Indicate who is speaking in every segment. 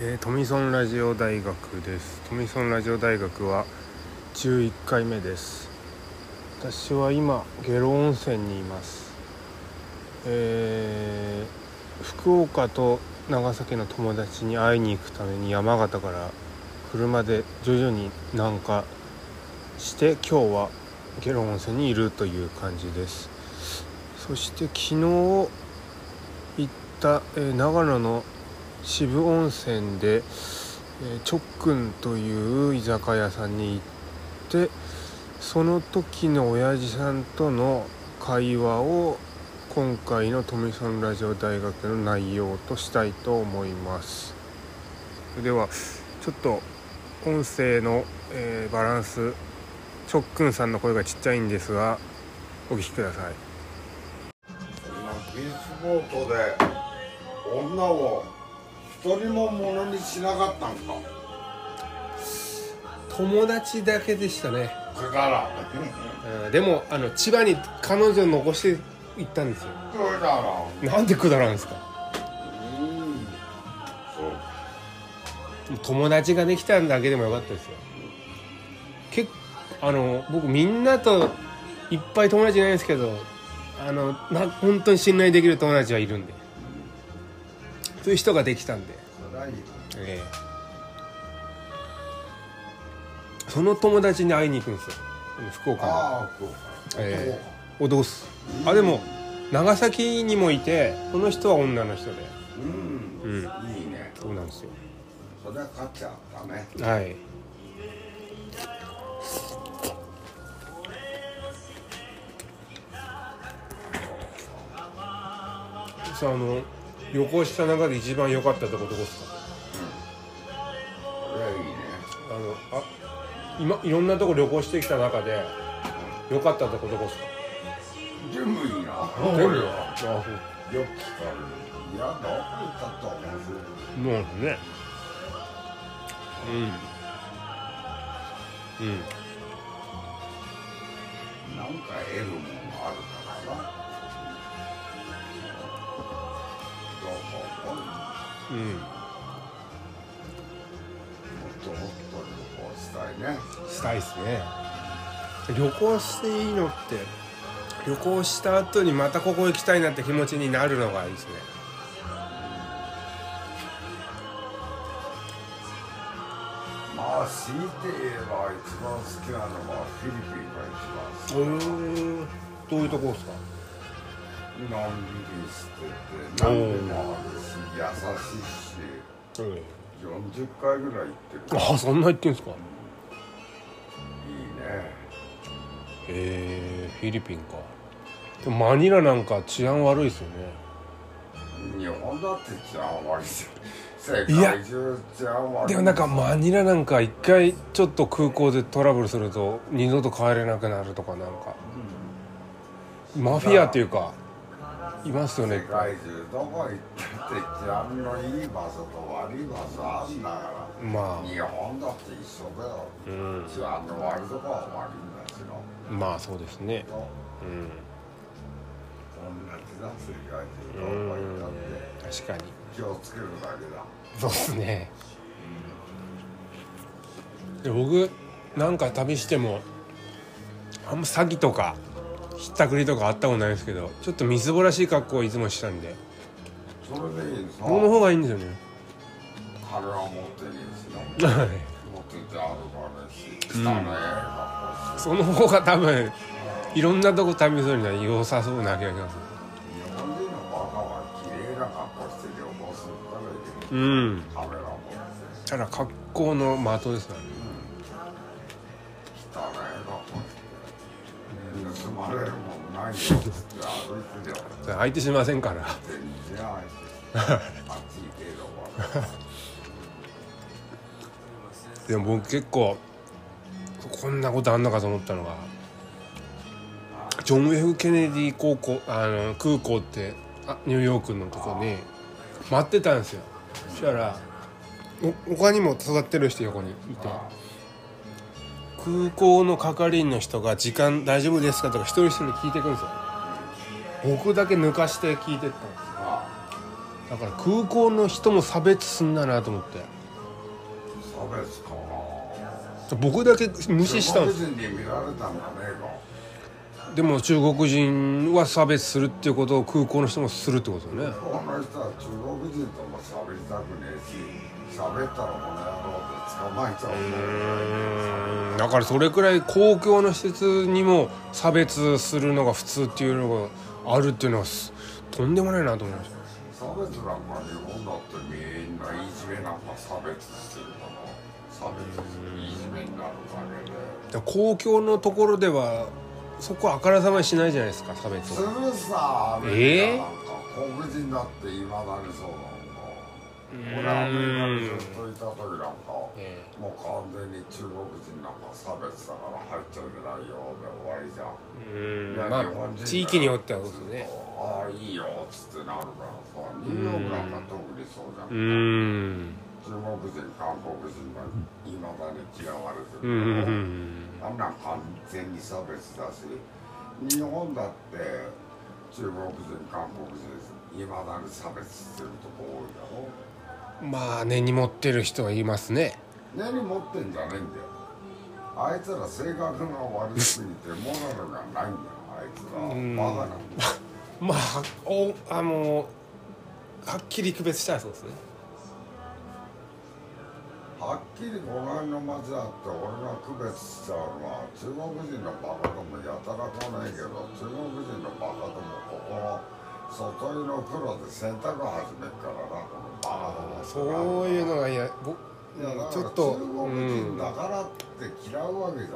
Speaker 1: えー、トミソンラジオ大学ですトミソンラジオ大学は11回目です私は今下呂温泉にいますえー福岡と長崎の友達に会いに行くために山形から車で徐々に南下して今日は下呂温泉にいるという感じですそして昨日行った、えー長野の渋温泉で、えー、ちょっくんという居酒屋さんに行ってその時の親父さんとの会話を今回のトミソンラジオ大学の内容としたいと思いますそれではちょっと音声の、えーバランスちょっくんさんの声がちっちゃいんですがお聞きください
Speaker 2: 今ピースボートで女を一人もものにしなかったんか
Speaker 3: 友達だけでしたね、
Speaker 2: くだらん
Speaker 3: うんでもあの千葉に彼女を残して行ったんですよ
Speaker 2: くだらん
Speaker 3: なんでくだらんですか
Speaker 2: うんそう
Speaker 3: 友達ができただけでもよかったですよ結あの僕みんなといっぱい友達いないんですけどあのな本当に信頼できる友達はいるんでそういう人ができたんで、
Speaker 2: そりゃいいよ
Speaker 3: ええその友達に会いに行くんですよ福岡の
Speaker 2: ああそうか
Speaker 3: えー、をどうすあでも長崎にもいてこの人は女の人で
Speaker 2: うん、
Speaker 3: うん
Speaker 2: いいね
Speaker 3: そうなんですよ
Speaker 2: それは勝っちゃダメ
Speaker 3: はいさああの旅行した中で一番良かったとこどこですか
Speaker 2: それはいいね
Speaker 3: あのあ今いろんなとこ旅行してきた中で良かったとこどこですか
Speaker 2: 全部いいな
Speaker 3: 全部
Speaker 2: よ
Speaker 3: あそう
Speaker 2: く聞かれるいやどこ行ったって面白い
Speaker 3: もうねうんうん
Speaker 2: なんか得るものあるからなどこも
Speaker 3: うん
Speaker 2: もっともっと旅行したいね
Speaker 3: したいですね旅行していいのって旅行した後にまたここ行きたいなって気持ちになるのがいいですね
Speaker 2: まあ強いて言えば一番好きなのはフィリピンが一番好
Speaker 3: うんどういうとこですか
Speaker 2: きのんびりしてて何でもあるし優しい
Speaker 3: う
Speaker 2: し
Speaker 3: ん
Speaker 2: 40回ぐらい行ってるい
Speaker 3: あそんな行ってんすか
Speaker 2: いね
Speaker 3: えー、フィリピンかでもマニラなんか治安悪いですよね
Speaker 2: 日本だって治安悪いじゃん世
Speaker 3: いや
Speaker 2: 界中治安悪い
Speaker 3: でもなんかマニラなんか一回ちょっと空港でトラブルすると二度と帰れなくなるとかなんかマフィアっていうかいますよ
Speaker 2: 世
Speaker 3: ね
Speaker 2: 界中どこ行ったって治安のいい場所と悪い場所あるんだから
Speaker 3: ま
Speaker 2: 日本だって一緒だよ、治安の悪いとこは悪いんだしの
Speaker 3: あまあそうですね
Speaker 2: と
Speaker 3: うん
Speaker 2: 同じだ世界中どこ行ったって
Speaker 3: 確かに
Speaker 2: 気をつけるだけだ
Speaker 3: そうっすねで僕なんか旅してもあんま詐欺とかひったくりとかあったことないですけどちょっとみすぼらしい格好をいつもしたんで
Speaker 2: それでいいんさ
Speaker 3: この方がいいんですよね
Speaker 2: 金は持ってねえしな
Speaker 3: はい
Speaker 2: 持っててあるからし汚いや
Speaker 3: その方が多分いろんなとこ旅するには良さそうな気がします
Speaker 2: 日本人のバカは綺麗な格好して旅行するからいけ
Speaker 3: うん
Speaker 2: ないカメラ持って
Speaker 3: ただ格好の的ですからね
Speaker 2: 汚い格好して盗まれるもんないよって歩いてるよ
Speaker 3: それ相手しませんから
Speaker 2: 全然あいつあっち行けど
Speaker 3: でも僕結構こんなことあんのかと思ったのがジョン・ F ・ケネディ高校あの空港ってあニューヨークのとこに待ってたんですよそしたらお他にも育ってる人横にいて空港の係員の人が「時間大丈夫ですか?」とか一人一人聞いてくんですよ僕だけ抜かして聞いてったんですよだから空港の人も差別すんだなと思って
Speaker 2: 差別かな
Speaker 3: 僕だけ無視したんです
Speaker 2: 中国人に見られたんだねえ
Speaker 3: でも中国人は差別するっていうことを空港の人もするってことね
Speaker 2: かこの人は中国人とも喋りたくねえし喋ったらこの野郎って捕まえちゃうね
Speaker 3: だからそれくらい公共の施設にも差別するのが普通っていうのがあるっていうのはすとんでもないなと思いました
Speaker 2: 差別なんか日本だってみんないじめなんか差別してるから差別するいじめになるだけで
Speaker 3: だから公共のところではそこはあからさまにしないじゃないですか差別
Speaker 2: す
Speaker 3: を
Speaker 2: るさアメリカなんか黒人だっていまだにそうなのか俺アメリカにずっといた時なんか
Speaker 3: え
Speaker 2: もう完全に中国人なんか差別だから入っちゃいけないよで終わりじゃん
Speaker 3: うん
Speaker 2: いや
Speaker 3: ま
Speaker 2: 日本人
Speaker 3: あ
Speaker 2: だ
Speaker 3: 地域によってはそうですね
Speaker 2: ああいいよっつってなるからさニューヨークなんか特にそうじゃ
Speaker 3: う
Speaker 2: ん
Speaker 3: ーん
Speaker 2: 中国人韓国人がいまだに嫌われて
Speaker 3: うんうんう
Speaker 2: るから
Speaker 3: ん
Speaker 2: あんなん完全に差別だし日本だって中国人韓国人いまだに差別してるとこ多
Speaker 3: まあ根に持ってる人はいますね
Speaker 2: いだろ根に持ってんじゃねえんだよあいつら性格が悪すぎてモラルがないんだよあいつ
Speaker 3: うん
Speaker 2: らバカなんだよ
Speaker 3: まあおあのはっきり区別したらそうですね
Speaker 2: はっきりこの辺の町だって俺が区別しちゃうのは中国人のバカどもやたら来ないけど中国人のバカどもここの外湯の黒で洗濯始めっからなこのバカども
Speaker 3: そういうのがいやぼ
Speaker 2: いやだから
Speaker 3: ちょっと
Speaker 2: 中国人だからって嫌うわけじゃ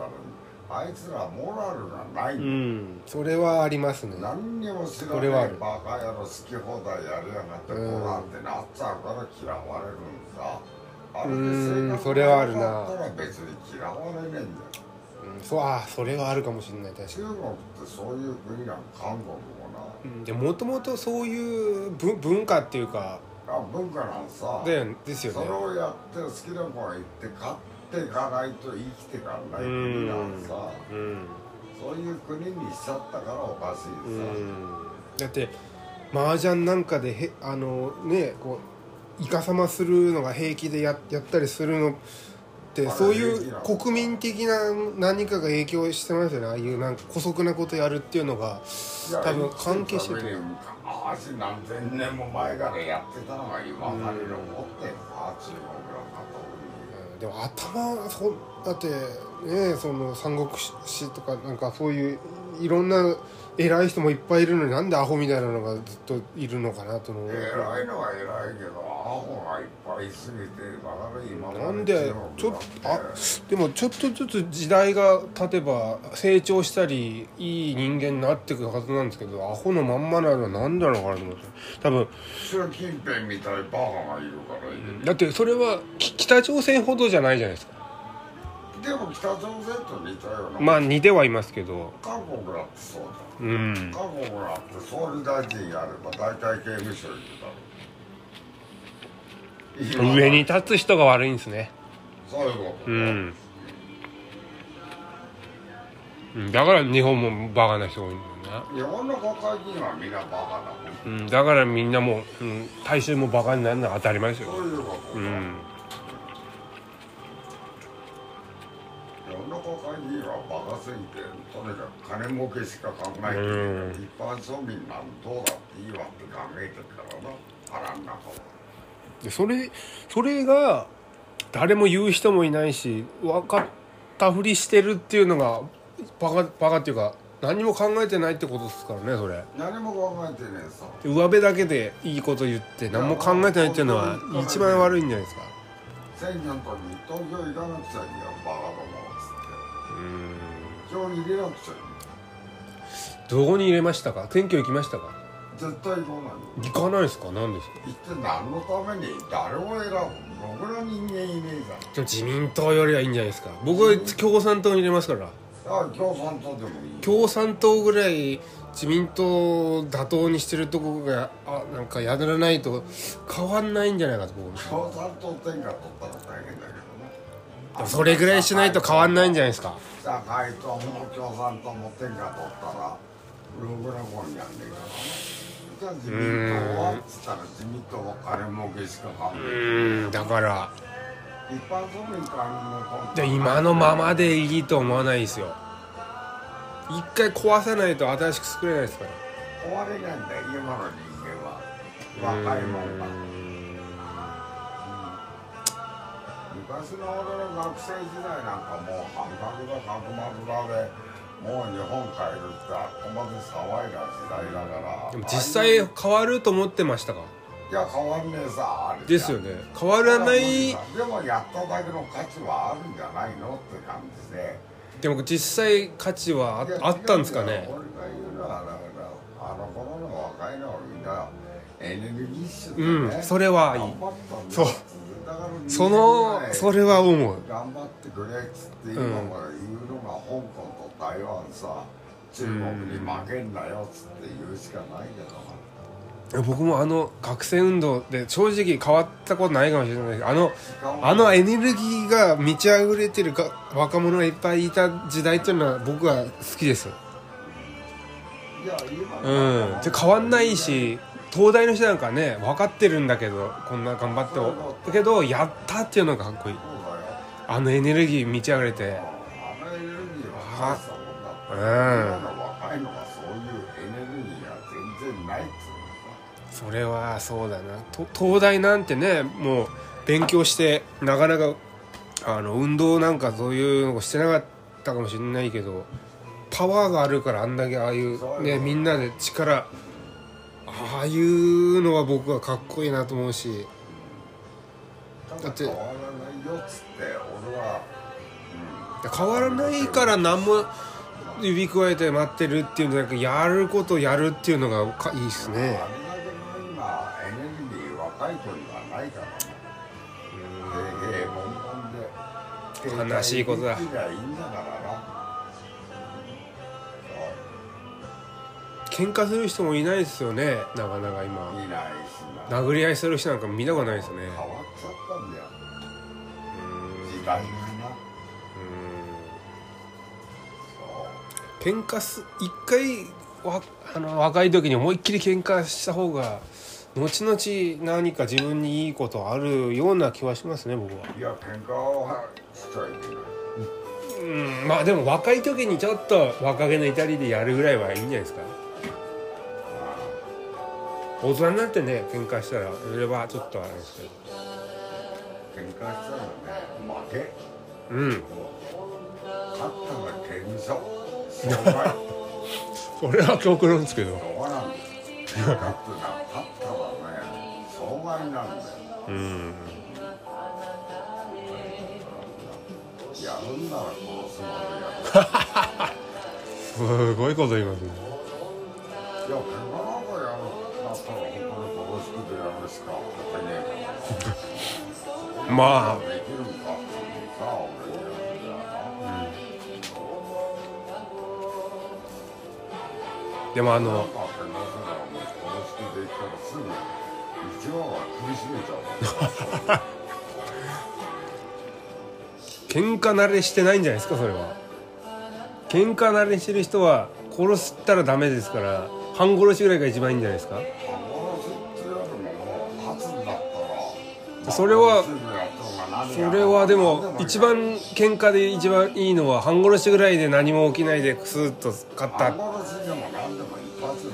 Speaker 2: ない、あいつらモラルがない、
Speaker 3: うん
Speaker 2: だ
Speaker 3: んそれはありますね
Speaker 2: 何にも知ら
Speaker 3: これは
Speaker 2: な
Speaker 3: あ
Speaker 2: い
Speaker 3: る
Speaker 2: バカ野郎好き放題やりやがってこ
Speaker 3: うん
Speaker 2: うなんてなっちゃうから嫌われるんさあれ
Speaker 3: うん
Speaker 2: で性格
Speaker 3: それはあるな
Speaker 2: だったら別に嫌われねえんだよ
Speaker 3: うんそうああそれはあるかもしれない確か
Speaker 2: 中国ってそういう国なの韓国もな
Speaker 3: にうんでもともとそういう文文化っていうか
Speaker 2: あ文化なんさ
Speaker 3: だよですよ
Speaker 2: そ
Speaker 3: ね
Speaker 2: れをやって好きなもん行って勝っていかないと生きていかない国なのさ
Speaker 3: うん
Speaker 2: そういう国にしちゃったからおかしいさ、
Speaker 3: うんだって麻雀なんかでへあのねこういかさまするのが平気でややったりするのって
Speaker 2: あれ
Speaker 3: そういう
Speaker 2: 平気なの
Speaker 3: 国民的な何かが影響してますよねああいうなんか姑息なことやるっていうのが
Speaker 2: いや
Speaker 3: 多分関係してると思う
Speaker 2: 昔何千年も前からやってたのが今まで残ってるさ中国なんか特
Speaker 3: うんでも頭そだってねその三国志とかなんかそういういろんな偉い人もいっぱいいるのになんでアホみたいなのがずっといるのかなと思う
Speaker 2: に偉いのは偉いけどアホがいっぱいいすぎてだから今
Speaker 3: な
Speaker 2: ま
Speaker 3: ん
Speaker 2: で
Speaker 3: でちょっとあでもちょっとずつ時代が経てば成長したりいい人間になっていくはずなんですけどアホのまんまなのは何なのかなと思って多分
Speaker 2: 習近平みたいバカがいるからいい、
Speaker 3: だってそれはき北朝鮮ほどじゃないじゃないですか
Speaker 2: でも北朝鮮と似たような、
Speaker 3: まあ似てはいますけど
Speaker 2: 韓国だってそう
Speaker 3: う
Speaker 2: だ
Speaker 3: ん
Speaker 2: 韓国だって総理大臣やれば大体刑務所行くだろ
Speaker 3: 上に立つ人が悪いんですね
Speaker 2: そういうこと
Speaker 3: う
Speaker 2: ね、
Speaker 3: んうんだから日本もバカな人多いんだよ
Speaker 2: 日本の国会議員はみんなバカだもん
Speaker 3: な、うん、だからみんなもう、うん、大衆もバカになるのは当たり前ですよ
Speaker 2: そういうこと、
Speaker 3: う
Speaker 2: 日
Speaker 3: ん
Speaker 2: 本の国会議員はバカすぎてとにかく金儲けしか考えてないか
Speaker 3: う
Speaker 2: ら、
Speaker 3: ん
Speaker 2: 一般庶民なんてどうだっていいわって考えてるからな腹の中は
Speaker 3: でそれそれが誰も言う人もいないし分かったふりしてるっていうのがバカバカっていうか何も考えてないってことですからねそれ
Speaker 2: 何も考えてねえさ
Speaker 3: で上辺だけでいいこと言って何も考えてないっていうのは一番悪いんじゃないですか
Speaker 2: 選挙の時に東京行かなくちゃいけないバカどもっつっ
Speaker 3: うん
Speaker 2: て今日入れなくちゃい
Speaker 3: どこに入れましたか選挙行きましたか
Speaker 2: けない絶対行かないよ
Speaker 3: 行かないですか何ですか
Speaker 2: 一体何のために誰を選ぶ僕の人間いねえじゃん
Speaker 3: でも自民党よりはいいんじゃないですか僕は共産党に入れますから
Speaker 2: あ共産党でもいいよ
Speaker 3: 共産党ぐらい自民党を妥当にしてるとこがあなんかやらないと変わんないんじゃないかと僕
Speaker 2: 共産党天下取ったら大変だけどね
Speaker 3: それぐらいしないと変わんないんじゃないですか
Speaker 2: 高いとも共産党も天下取ったらろくなもんやんねえからねじゃん自民党はっつったら自民党は金儲けしか考
Speaker 3: う
Speaker 2: え
Speaker 3: ーんだから
Speaker 2: ない一般庶民からの
Speaker 3: で今のままでいいと思わないですよ一回壊さないと新しく作れないですから
Speaker 2: 終われないんだよ今の人間は若いもんが
Speaker 3: うー
Speaker 2: 昔の俺の学生時代なんかもう半角だ角丸だでもう日本帰るってあっこまで騒いだ時代だから
Speaker 3: んでも実
Speaker 2: ああい
Speaker 3: 際
Speaker 2: う
Speaker 3: 変わると思ってましたか
Speaker 2: いや変わんねえさあれじゃ
Speaker 3: ですよね変わらない
Speaker 2: でもやっただけの価値はあるんじゃないのって感じで
Speaker 3: でも実際価値はああったんですか
Speaker 2: いや違
Speaker 3: ね
Speaker 2: うよ俺が言うのはだからあの頃の若いのはみんなエネルギッシュで、ね
Speaker 3: うんそれはいい
Speaker 2: 頑張ったんだ
Speaker 3: そう
Speaker 2: だからみんな
Speaker 3: そのそれは思う
Speaker 2: 頑張ってくれっつって今も言うのが香港と台湾さ中国に負けんなよっつって言うしかないけど
Speaker 3: 僕もあの学生運動で正直変わったことないかもしれないけどあの
Speaker 2: な
Speaker 3: あの
Speaker 2: エ
Speaker 3: エネルギーが満ち溢れてるが若者がいっぱいいた時代っていうのは僕は好きです
Speaker 2: いや今
Speaker 3: うんで変わんないし東大の人なんかね分かってるんだけどこんな頑張っておだけどやったっていうのがかっこいい
Speaker 2: そうだよ
Speaker 3: あのエネルギー満ち溢れて
Speaker 2: あのエネルギーは大したもんだった
Speaker 3: うん
Speaker 2: 今の若いのがそういうエネルギーが全然ないっつう
Speaker 3: それはそうだなと東大なんてねもう勉強してなかなかあの運動なんかそういうのをしてなかったかもしれないけどパワーがあるからあんだけああいうねみんなで力ああいうのは僕はかっこいいなと思うし
Speaker 2: の
Speaker 3: だ
Speaker 2: が
Speaker 3: って
Speaker 2: 変わらないよっつって俺は、うん
Speaker 3: 変わらないから何も指くわえて待ってるっていうんじゃなくやることやるっていうのがかいいです
Speaker 2: あれ
Speaker 3: ね
Speaker 2: だけの今エネルギー若い子にはないからね平平凡凡で
Speaker 3: 悲しいことだ
Speaker 2: 生きりゃいいんだからな
Speaker 3: 喧嘩する人もいないですよねなかなか今
Speaker 2: そういないしな
Speaker 3: 殴り合いする人なんか見たことないですよね
Speaker 2: 変わっちゃったんだよ
Speaker 3: うーん
Speaker 2: 時代がなそう
Speaker 3: 喧嘩す一回わあの若い時に思いっきり喧嘩した方が後々何か自分にいいことあるような気はしますね僕はい
Speaker 2: や喧嘩はしちゃいけない
Speaker 3: うんまあでも若い時にちょっと若気の至りでやるぐらいはいいんじゃないですか大人になってね喧嘩したらそれはちょっとあれですけど
Speaker 2: 喧嘩したらね負け
Speaker 3: うん
Speaker 2: 勝ったら刑務所障害
Speaker 3: それは極論ですけど
Speaker 2: どうなんですかだってな勝ったらね障害なんだよ
Speaker 3: うん
Speaker 2: やるんなら殺すまでや
Speaker 3: す
Speaker 2: る
Speaker 3: ごいこと言いますね
Speaker 2: いや喧嘩なんかやるだったら本当に殺しくてやるしか勝てねえから
Speaker 3: まあ
Speaker 2: できるんかさあ俺にやるんだよな
Speaker 3: でもあ
Speaker 2: なん
Speaker 3: の
Speaker 2: か喧嘩したらもう殺しくできたらすぐ一話は苦しめちゃう
Speaker 3: 喧嘩慣れしてないんじゃないですかそれは喧嘩慣れしてる人は殺したらダメですから半殺しぐらいが一番いいんじゃないですか
Speaker 2: あの設定よりももう勝つんだったら
Speaker 3: それは
Speaker 2: そ
Speaker 3: それはでも一番喧嘩で一番いいのは半殺しぐらいで何も起きないでスーッと勝っ
Speaker 2: あ
Speaker 3: た
Speaker 2: のでも何でも一発殴っ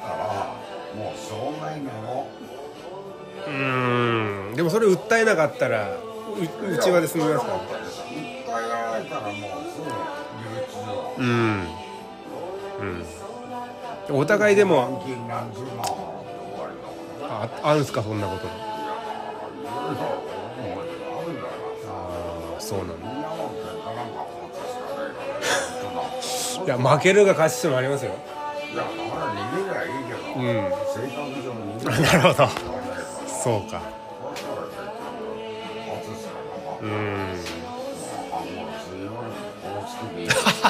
Speaker 2: たらもう障害なの
Speaker 3: うーんでもそれ訴えなかったらう内輪で済みますから
Speaker 2: 一回やられたらもうすぐ留置所
Speaker 3: うんうんお互いでも
Speaker 2: 現金何十万払って終わりだもんね
Speaker 3: ああるんすかそんなこと
Speaker 2: いろいろ思い出があるんだからさ
Speaker 3: ああそうなんだ
Speaker 2: みんなも喧嘩なんか勝つしかないからね
Speaker 3: いや負けるが勝ちってのもありますよ
Speaker 2: いやだから逃げりゃいいけど、
Speaker 3: ん
Speaker 2: 性格上逃げりゃいいけ
Speaker 3: る
Speaker 2: ど
Speaker 3: ほど
Speaker 2: 変わらないから
Speaker 3: そうか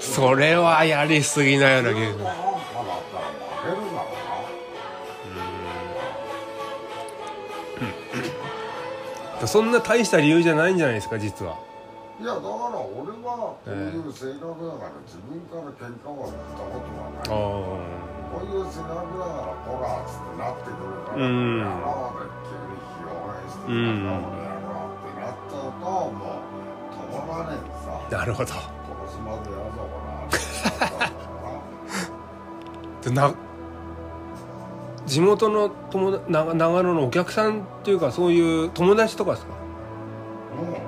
Speaker 3: それはやりすぎなような気がしますそんな大した理由じゃないんじゃないですか実はい
Speaker 2: やだから俺はこういう性格だから自分から喧嘩は打ったことはない。
Speaker 3: あ
Speaker 2: こういうスラブだからこらっつってなってくるから、
Speaker 3: うん
Speaker 2: やろうで急に火を応援して、
Speaker 3: うん
Speaker 2: やろうでやろうってなっちゃうともう止まらねえんさ
Speaker 3: なるほど
Speaker 2: 今年までやろ うかなってなっ
Speaker 3: でな
Speaker 2: ちゃうからな
Speaker 3: 地元の友達長長野のお客さんっていうかそういう友達とかですか
Speaker 2: もうも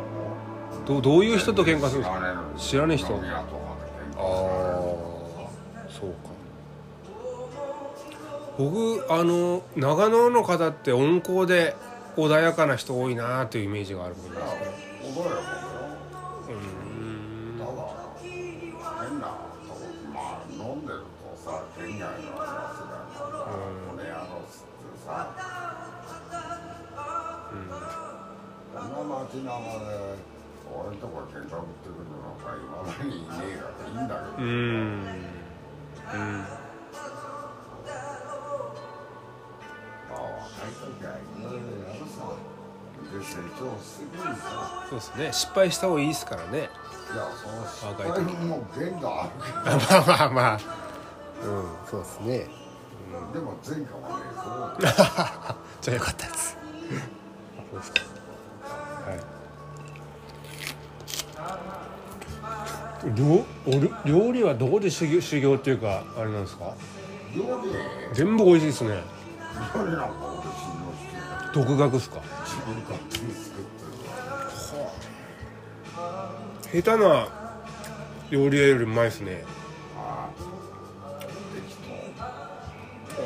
Speaker 3: どうどういうう人と喧嘩するんですか知らねえ人
Speaker 2: 飲み屋とかで喧嘩する
Speaker 3: そうか僕あの長野の方って温厚で穏やかな人多いなっていうイメージがあるもん
Speaker 2: いや
Speaker 3: です
Speaker 2: 覚えよ僕よ
Speaker 3: うー
Speaker 2: ただ
Speaker 3: ん
Speaker 2: 変なとこまあ飲んでるとさ県外のさすがにこの野郎っつってさこんな街中で俺んとこ喧嘩売ってくるのかいまだにいねえからいいんだけ
Speaker 3: うん
Speaker 2: ど、
Speaker 3: うんうん
Speaker 2: まあ若い時はいろいろやるさで成長するんさ
Speaker 3: そうですね失敗した方がいいですからね
Speaker 2: いやその失
Speaker 3: 若い
Speaker 2: 敗
Speaker 3: 時
Speaker 2: も限度あるけ
Speaker 3: まあまあまあうんそうですね
Speaker 2: どでも前科はねそう
Speaker 3: じゃあよかったですそうですはい料お料理はどこで修行修行っていうかあれなんですか
Speaker 2: 料理
Speaker 3: 全部美味しいですね
Speaker 2: 料理なんか俺信用してる
Speaker 3: 独学っすか
Speaker 2: 自分勝手に作ってるわ
Speaker 3: 下手な料理屋よりうまいですね
Speaker 2: ああ適当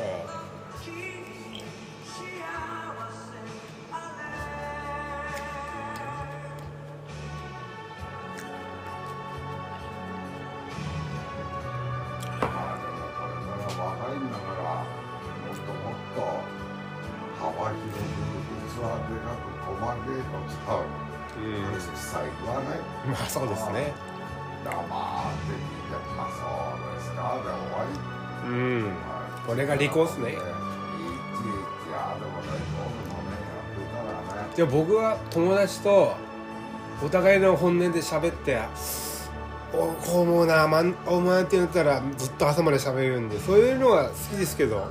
Speaker 2: まあでもこれから若いんだからもっともっと幅広く器でかく細けいの使う
Speaker 3: うん
Speaker 2: 実際言わない
Speaker 3: まあそうですね
Speaker 2: 黙って聞いてまあそうですかで終わり
Speaker 3: うんこれが利口っすね
Speaker 2: いちいちああでもねこうでもねやってたらね
Speaker 3: じゃあ僕は友達とお互いの本音で喋って「おこう思うな、まん、お前」って言ったらずっと朝まで喋るんでそういうのは好きですけど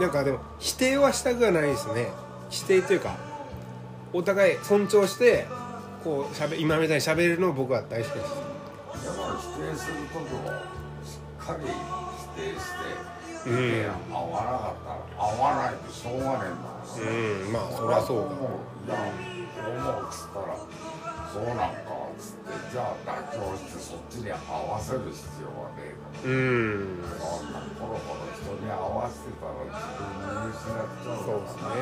Speaker 3: なんかでも否定はしたくはないですね否定というかお互い尊重してこうしゃべ今みたいに喋るの僕は大好きです
Speaker 2: でも否定するとこをしっかり否定して、
Speaker 3: うん
Speaker 2: いや合わなかったら合わないとしょうがねえんだか
Speaker 3: うんま
Speaker 2: ら
Speaker 3: あそり
Speaker 2: は
Speaker 3: ゃそうか
Speaker 2: 思ういや思うっつったらそうなんかっつってじゃあ妥協してそっちに合わせる必要はねえの
Speaker 3: うん
Speaker 2: そんなコロコロ人に合わせてたら自分に失っちゃう
Speaker 3: そうです
Speaker 2: から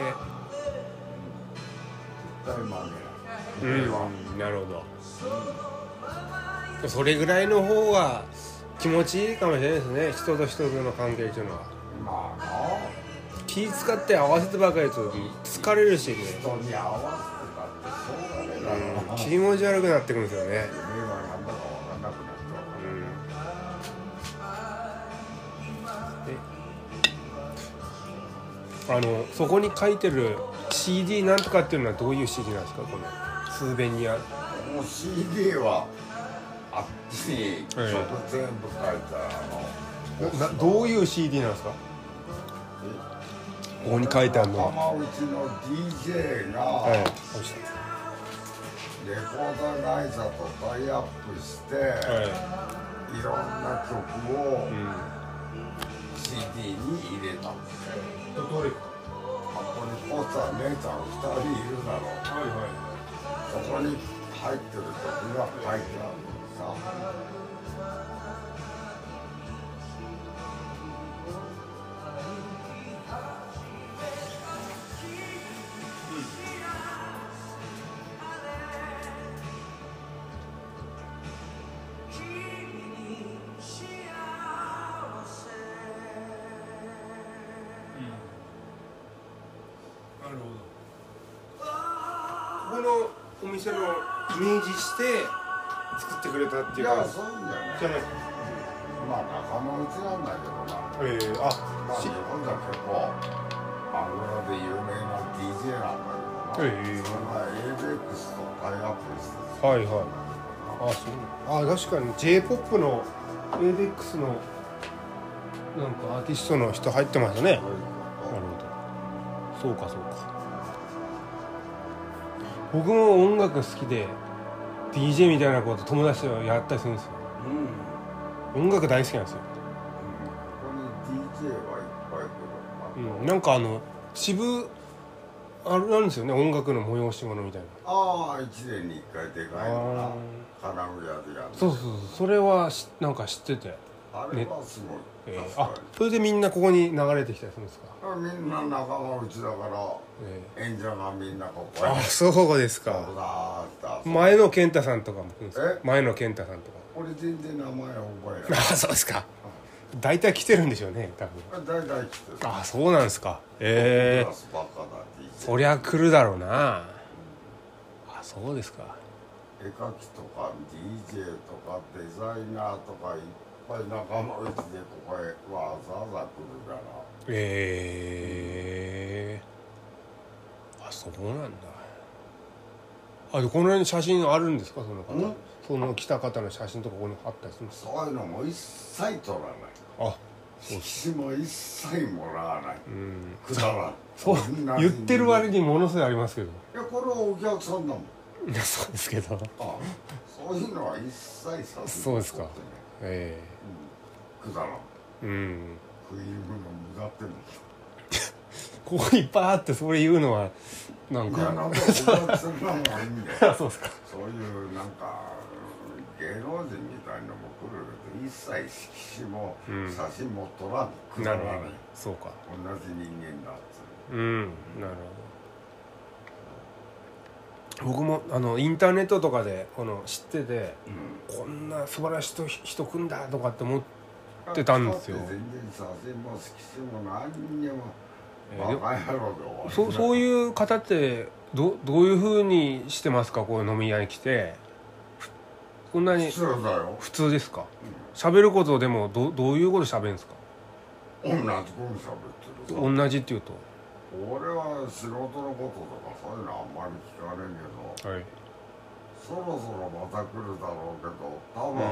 Speaker 2: 絶対負けない、うん
Speaker 3: うんなるほどそれぐらいの方が気持ちいいかもしれないですね人と人との関係っていうのは
Speaker 2: まあな
Speaker 3: 気使って合わせてばかりだと疲れるしね
Speaker 2: 人に合わせてたってしょうがねえだろ
Speaker 3: 気持ち悪くなってくるんですよね
Speaker 2: 夢は何だか分かんなくなっちゃうからね
Speaker 3: あのそこに書いてる CD なんとかっていうのはどういう CD なんですかこのスーベニア
Speaker 2: もう CD はあっちにちょっと全部書いたあの
Speaker 3: どういう CD なんですかここに書いてあるのは
Speaker 2: 浜内の DJ が、
Speaker 3: はい
Speaker 2: レコード会社とタイアップして、、
Speaker 3: はい
Speaker 2: ろんな曲
Speaker 3: い、う
Speaker 2: を
Speaker 3: ん、
Speaker 2: CD に入れたんですよここにポスター姉ちゃん2人いるだ
Speaker 3: は
Speaker 2: ろう
Speaker 3: いはい
Speaker 2: そこに入ってる曲が入ってあるのさ
Speaker 3: なるほどここのお店のイメージして作ってくれたって
Speaker 2: い
Speaker 3: いうか
Speaker 2: やそういうんだよね
Speaker 3: じゃない
Speaker 2: まあ仲間内なんだけど
Speaker 3: ええ
Speaker 2: な
Speaker 3: あ
Speaker 2: まあ日本じゃ結構バングラで有名な DJ なんだけどな、
Speaker 3: ええ
Speaker 2: それが ABEX とタイアップしてさ
Speaker 3: はいはいあそうあ確かに J−POP の ABEX のなんかアーティストの人入ってましたね
Speaker 2: そういうこ
Speaker 3: なるほ
Speaker 2: と
Speaker 3: どそうかそうか僕も音楽好きで DJ みたいなこと友達とやったりするんですよ
Speaker 2: うん
Speaker 3: 音楽大好きなんですよ、
Speaker 2: ここに DJ はいっぱい来
Speaker 3: う
Speaker 2: るのかな、
Speaker 3: ん、なんかあの渋あれなんですよね音楽の催し物みたい
Speaker 2: ああ1年に1回で
Speaker 3: な
Speaker 2: かいのかな金具屋でやる
Speaker 3: そうそうそうそれはしなんか知ってて、
Speaker 2: あれはすご
Speaker 3: え
Speaker 2: い、
Speaker 3: ーあ
Speaker 2: 確かに
Speaker 3: それでみんなここに流れてきたりするんですか、
Speaker 2: みんな仲間内だか
Speaker 3: え
Speaker 2: ら演者がみんなここ
Speaker 3: ー
Speaker 2: へ
Speaker 3: あそうです
Speaker 2: そう
Speaker 3: か
Speaker 2: だーって
Speaker 3: 前野健太さんとかも来るんですか
Speaker 2: え
Speaker 3: 前野健太さんとか
Speaker 2: 俺全然名前覚えな い
Speaker 3: あそうですか大体来てるんでしょうね多分
Speaker 2: 大体来てる
Speaker 3: あそうなんですかええ
Speaker 2: クラスばっかだって言って
Speaker 3: そりゃ来るだろうなあそうですか
Speaker 2: 絵描きとか DJ とかデザイナーとかいっぱい仲間内でここへわざわざ来るから
Speaker 3: ええあそうなんだあでこの辺に写真あるんですかその
Speaker 2: ん
Speaker 3: 方その来た方の写真とかここに貼ったりするんですか
Speaker 2: そういうのも一切取らない
Speaker 3: あ
Speaker 2: 色紙も一切もらわない
Speaker 3: うん
Speaker 2: くだらん
Speaker 3: そう
Speaker 2: こんな
Speaker 3: 言ってる割
Speaker 2: い
Speaker 3: にものすごいありますけど
Speaker 2: やこれはお客さんだもん
Speaker 3: いや そうですけど
Speaker 2: あそういうのは一切させて
Speaker 3: そうですかえ
Speaker 2: くだらん
Speaker 3: えうん
Speaker 2: 食い入るの無駄っての
Speaker 3: ここにいっぱいあってそれ言うのはなん
Speaker 2: いや
Speaker 3: か
Speaker 2: なんか無駄するのもいい んだよ
Speaker 3: そうですか
Speaker 2: そういうなんか芸能人みたいのも来るけど一切色紙も
Speaker 3: うん
Speaker 2: 写真も撮らん、くだ
Speaker 3: な
Speaker 2: ら
Speaker 3: るほ
Speaker 2: ない
Speaker 3: どそうか
Speaker 2: 同じ人間だっつう
Speaker 3: うんなるほど僕もあのインターネットとかでこの知ってて
Speaker 2: うん
Speaker 3: こんな素晴らしい人人来んだとかって思っってたんですよ
Speaker 2: だって全然写真も色紙も何にも
Speaker 3: えーで
Speaker 2: バカ野郎で終わり
Speaker 3: そそう
Speaker 2: う
Speaker 3: いう方ってどどういうふうにしてますかこういう飲み屋に来てふそんなに
Speaker 2: そうだよ
Speaker 3: 普通ですか喋ることでもどどういうこと喋るんですか
Speaker 2: 同じこと喋ってるさ
Speaker 3: 同じっていうと
Speaker 2: 俺は仕事のこととかそういうのあんまり聞かねえけど
Speaker 3: はい
Speaker 2: そろそろまた来るだろうけど多分、
Speaker 3: うん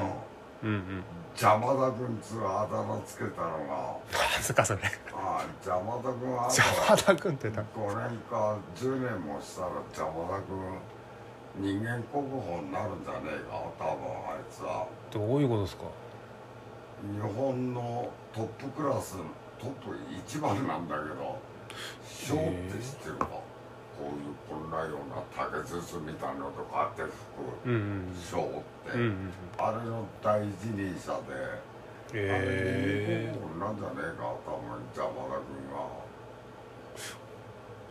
Speaker 3: うんうん
Speaker 2: 邪魔だ君っつうあだ名つけたの
Speaker 3: そっかそれ
Speaker 2: がああ邪魔だ君はあ
Speaker 3: 邪魔だくんってな
Speaker 2: 5年か10年もしたら邪魔だ君人間国宝になるんじゃねえか多分あいつは
Speaker 3: どういうことですか
Speaker 2: 日本のトップクラストップ一番なんだけど賞って知ってるか、こういうこんなような竹筒みたいのとかって
Speaker 3: うんうん
Speaker 2: 吹く賞って、
Speaker 3: うんうんうん
Speaker 2: あれの第一人者で。
Speaker 3: ええ
Speaker 2: こんなんじゃねえか多分邪魔だ君が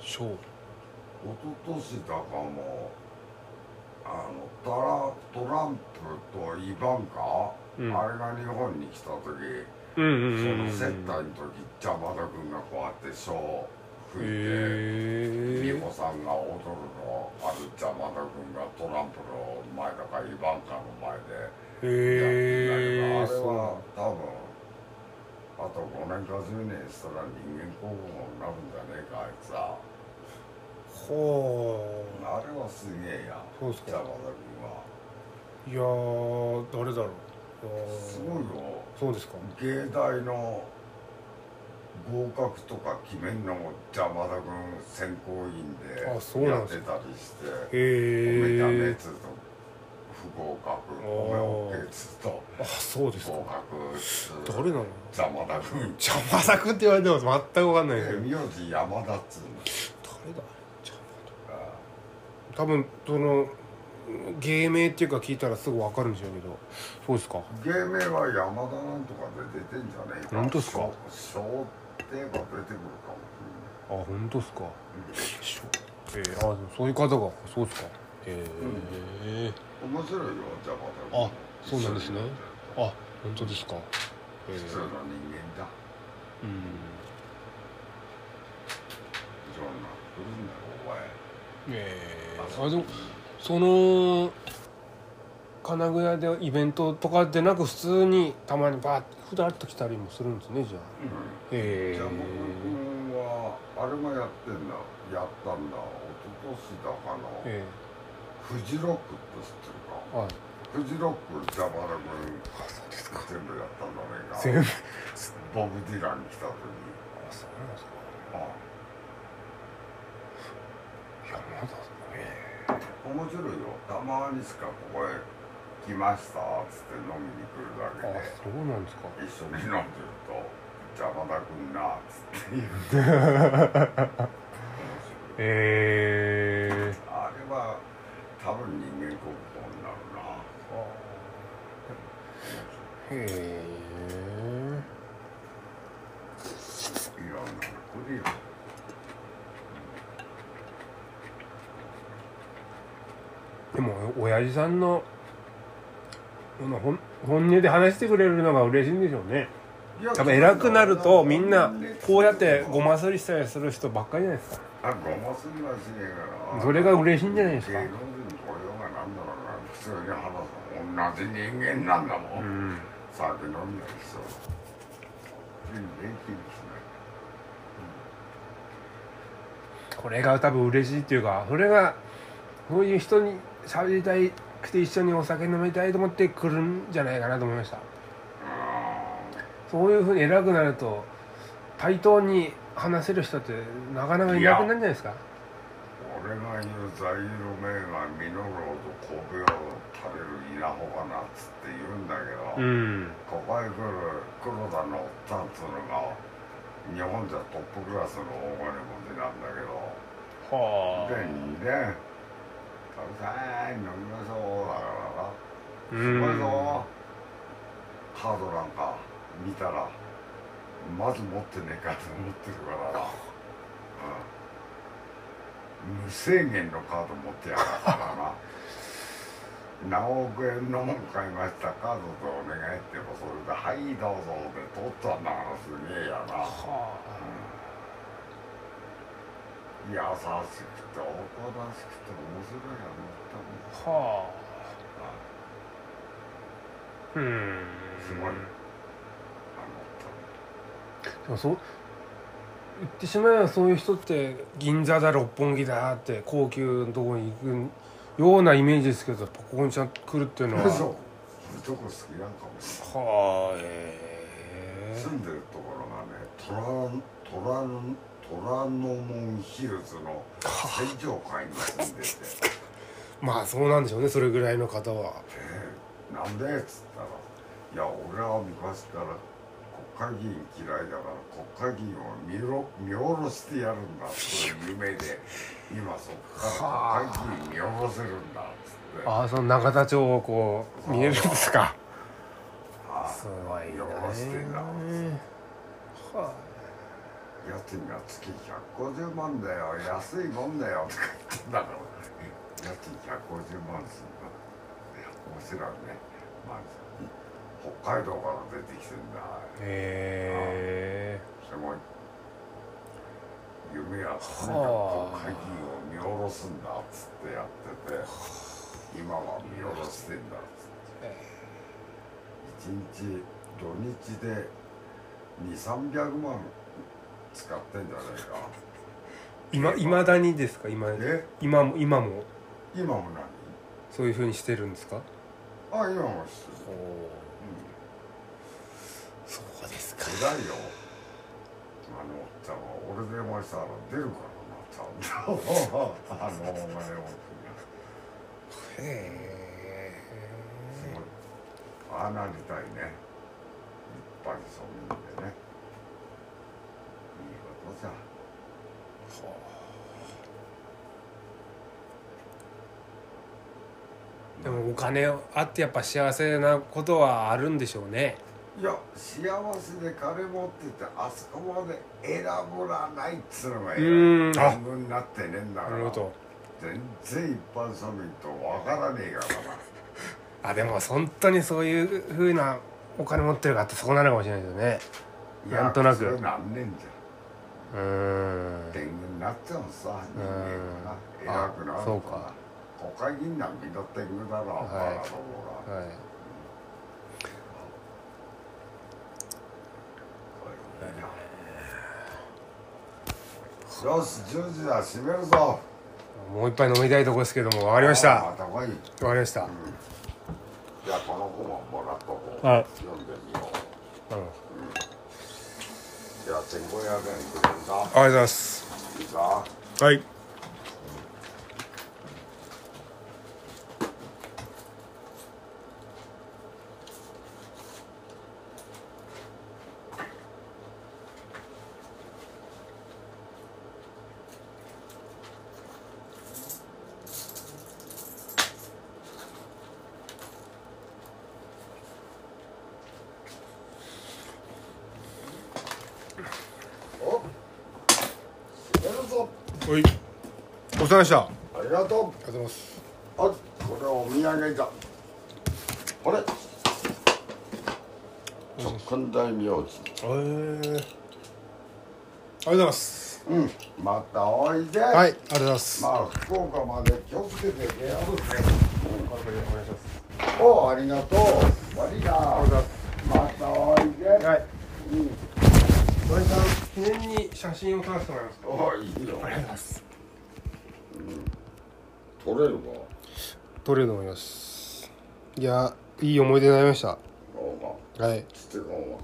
Speaker 3: ショー
Speaker 2: 一昨年だかもあのタラトランプとイバンカ、
Speaker 3: うん
Speaker 2: あれが日本に来た時、
Speaker 3: うんう
Speaker 2: そ
Speaker 3: んうん
Speaker 2: の
Speaker 3: うん
Speaker 2: 接待の時邪魔だ君がこうやってショーを吹いて、美
Speaker 3: え
Speaker 2: 穂さんが踊るのある邪魔だ君がトランプの前だかイバンカの前で。
Speaker 3: え
Speaker 2: い
Speaker 3: え
Speaker 2: や
Speaker 3: え
Speaker 2: あれは
Speaker 3: そ
Speaker 2: 多分あと5年か10年したら人間国宝になるんじゃねえかあいつは
Speaker 3: うほ
Speaker 2: あれはすげえや
Speaker 3: そうっすか
Speaker 2: 邪魔だ君は
Speaker 3: ういやー誰だろう
Speaker 2: すごいよ
Speaker 3: そうですか
Speaker 2: 芸大の合格とか決めんのも邪魔だ君選考委員で
Speaker 3: あそうな
Speaker 2: や
Speaker 3: ん
Speaker 2: っ
Speaker 3: です
Speaker 2: てたりして
Speaker 3: へ
Speaker 2: おめだめっ
Speaker 3: え
Speaker 2: つうと不合
Speaker 3: ー
Speaker 2: 格おめおけっつうと
Speaker 3: あそうですか
Speaker 2: 合格っつう
Speaker 3: 誰なの
Speaker 2: 邪魔だ君
Speaker 3: 邪魔さくって言われても全く分かんないですけど
Speaker 2: 名字山田っつうの
Speaker 3: 誰だ邪
Speaker 2: あ
Speaker 3: 魔多分その芸名っていうか聞いたらすぐ分かるんでしょうけどそうですか
Speaker 2: 芸名は山田なんとかで出てんじゃねえか
Speaker 3: 本当っすか
Speaker 2: 小小って言えば出てくるかも
Speaker 3: あ本当ですか、しょえー、あそういう方がそうですかええ
Speaker 2: しれない面白いよ邪魔だ
Speaker 3: あそうなんですねあ本当ですかえ
Speaker 2: 普通の人間だ
Speaker 3: うん
Speaker 2: いろんなの来るんだよお前
Speaker 3: え
Speaker 2: あ
Speaker 3: ー、
Speaker 2: そう
Speaker 3: あでもその金具屋でイベントとかでなく普通にたまにバーッふらっと来たりもするんですねじゃあええ
Speaker 2: 邪魔だ君はあれもやってんだやったんだ一昨年だかの
Speaker 3: え
Speaker 2: フジロックって知ってる
Speaker 3: ー、
Speaker 2: か
Speaker 3: はい
Speaker 2: フジロック歌丸君全部やったんだね
Speaker 3: 全部
Speaker 2: ボブ・ディラン来た時
Speaker 3: あそうなんですか
Speaker 2: あ
Speaker 3: いやまだえ
Speaker 2: 面白いよたまにしかここへ来ましたっつって飲みに来る
Speaker 3: え
Speaker 2: だけで
Speaker 3: あそうなんですか
Speaker 2: 一緒に飲んでると「邪魔だくんな」っつって言う面白い
Speaker 3: え
Speaker 2: あれは多分人間国宝になるな
Speaker 3: えへえ
Speaker 2: いろんなの来るよ
Speaker 3: でも親父さんのこの本本音で話してくれるのが嬉しいんでしょうね
Speaker 2: いや
Speaker 3: やっぱ偉くなるとみんなこうやってごますりしたりする人ばっかりじゃないですか
Speaker 2: あごますりはしねえから
Speaker 3: それが嬉しいんじゃないですか
Speaker 2: 芸能人雇用がなんだろうな普通に話す同じ人間なんだもん、
Speaker 3: うん
Speaker 2: 酒飲んだりそう全然気にしない
Speaker 3: これが多分嬉しいっていうかそれがそういう人に喋りたいくて一緒にお酒飲みたいと思って来るんじゃないかなと思いましたそういうふうに偉くなると対等に話せる人ってなかなかいなくなるんじゃないですか
Speaker 2: 俺が言う座右の銘は「実ろうと神戸を垂れる稲穂かな」っつって言うんだけど、
Speaker 3: うん
Speaker 2: ここへ来る黒田のおっさんっつうのが日本じゃトップクラスの大金持ちなんだけど
Speaker 3: は
Speaker 2: でにね「食べたい飲みましょう」だからな
Speaker 3: う
Speaker 2: すごい
Speaker 3: ん
Speaker 2: ぞカードなんか見たらまず持ってねえかと思ってるからな、うん、無制限のカード持ってやがったからな 何億円のもん買いましたカードとお願いってもそれで「はいどうぞ」で取ったんだからすげえやな
Speaker 3: は
Speaker 2: 優しくておこらしくて面白いやなって
Speaker 3: あ
Speaker 2: 思う
Speaker 3: はあうん
Speaker 2: すごいあ
Speaker 3: でもそう言ってしまえばそういう人って銀座だ六本木だって高級のとこに行くようなイメージですけどここにちゃんと来るっていうの
Speaker 2: の
Speaker 3: は
Speaker 2: 人そうそういうとこ好きなんかもしれない
Speaker 3: はあえ
Speaker 2: 住んでるところがね虎虎虎ノ門ヒルズの最上階に 住んでて
Speaker 3: えまあそうなんでしょうねそれぐらいの方は
Speaker 2: 「えーなんで?」っつったら「いや俺は昔から国会議員嫌いだから国会議員を見ろ見下ろしてやるんだ」それ夢で今そっから国会議員見下ろせるんだっつって
Speaker 3: ああその永田町をこう見えるんですか
Speaker 2: あ
Speaker 3: すごいね
Speaker 2: 見下ろしてんだ
Speaker 3: は
Speaker 2: 家賃が月150万だよ安いもんだよとか言ってんだから家賃150万すんだ面白いね、まあ、北海道から出てきてんだ
Speaker 3: あへえ
Speaker 2: すごい夢やとに
Speaker 3: はあ
Speaker 2: かく国会議員を見下ろすんだっつってやってて今は見下ろしてんだっつって一日土日で2300万使ってんじゃないか
Speaker 3: 今いまだにですか今
Speaker 2: え
Speaker 3: 今も今も
Speaker 2: 今も何
Speaker 3: そういうふうにしてるんですか
Speaker 2: あ今もしてる
Speaker 3: そうです
Speaker 2: 偉いよあのおっちゃんは俺でもしたら出るから なちゃんとあのお前を
Speaker 3: へ
Speaker 2: すごいああなりたいね立派にそんなんでねいいことじゃ
Speaker 3: でもお金あってやっぱ幸せなことはあるんでしょうね
Speaker 2: いや幸せで金持っててあそこまで選ぶらないっつうのがいい
Speaker 3: うんあ
Speaker 2: 半分になってねえんだか
Speaker 3: なる
Speaker 2: ら
Speaker 3: ほど
Speaker 2: 全然一般庶民とわからねえからな
Speaker 3: あでも本当にそういうふうなお金持ってる方ってそうなのかもしれないですよね
Speaker 2: いや
Speaker 3: なんとなく
Speaker 2: それなんねんじゃ
Speaker 3: う
Speaker 2: ん
Speaker 3: ーん
Speaker 2: 天狗になっちゃうさ人
Speaker 3: うん
Speaker 2: 間がな偉くなる
Speaker 3: あそうか
Speaker 2: 国会議員なんかみんな天狗だろバカ
Speaker 3: はい
Speaker 2: だろうが
Speaker 3: はい
Speaker 2: よし10時だ閉めるぞ
Speaker 3: もう一杯飲みたいとこですけども終わかりまし
Speaker 2: ま
Speaker 3: た
Speaker 2: た来い
Speaker 3: 終わかりました
Speaker 2: じゃあこの子ももらっとこう、
Speaker 3: はい
Speaker 2: 読んでみよう
Speaker 3: あの
Speaker 2: じゃあ1500円くれるな
Speaker 3: ありがとうございます
Speaker 2: いいか
Speaker 3: はい
Speaker 2: おやるぞ
Speaker 3: はいお疲れ様でしたあ
Speaker 2: あ
Speaker 3: り
Speaker 2: りがと
Speaker 3: がとうございます
Speaker 2: うあこれはお土産だあれ特訓大名字
Speaker 3: えー、ありがとうございます
Speaker 2: うんまたおいで
Speaker 3: はいあ
Speaker 2: はい
Speaker 3: りがとうございます
Speaker 2: まあ福岡まで気をつけて出ようぜ
Speaker 1: お願いします
Speaker 2: おうありがとう悪いなまたおいで
Speaker 1: はい
Speaker 2: うん
Speaker 1: 土井さん記念に写真を撮らせてもらいますか
Speaker 2: おい
Speaker 1: ありが
Speaker 2: いよ
Speaker 1: とうございます
Speaker 2: 取れるか
Speaker 3: 撮れると思いますいやいい思い出になりました
Speaker 2: どうも
Speaker 3: はい
Speaker 2: してどうも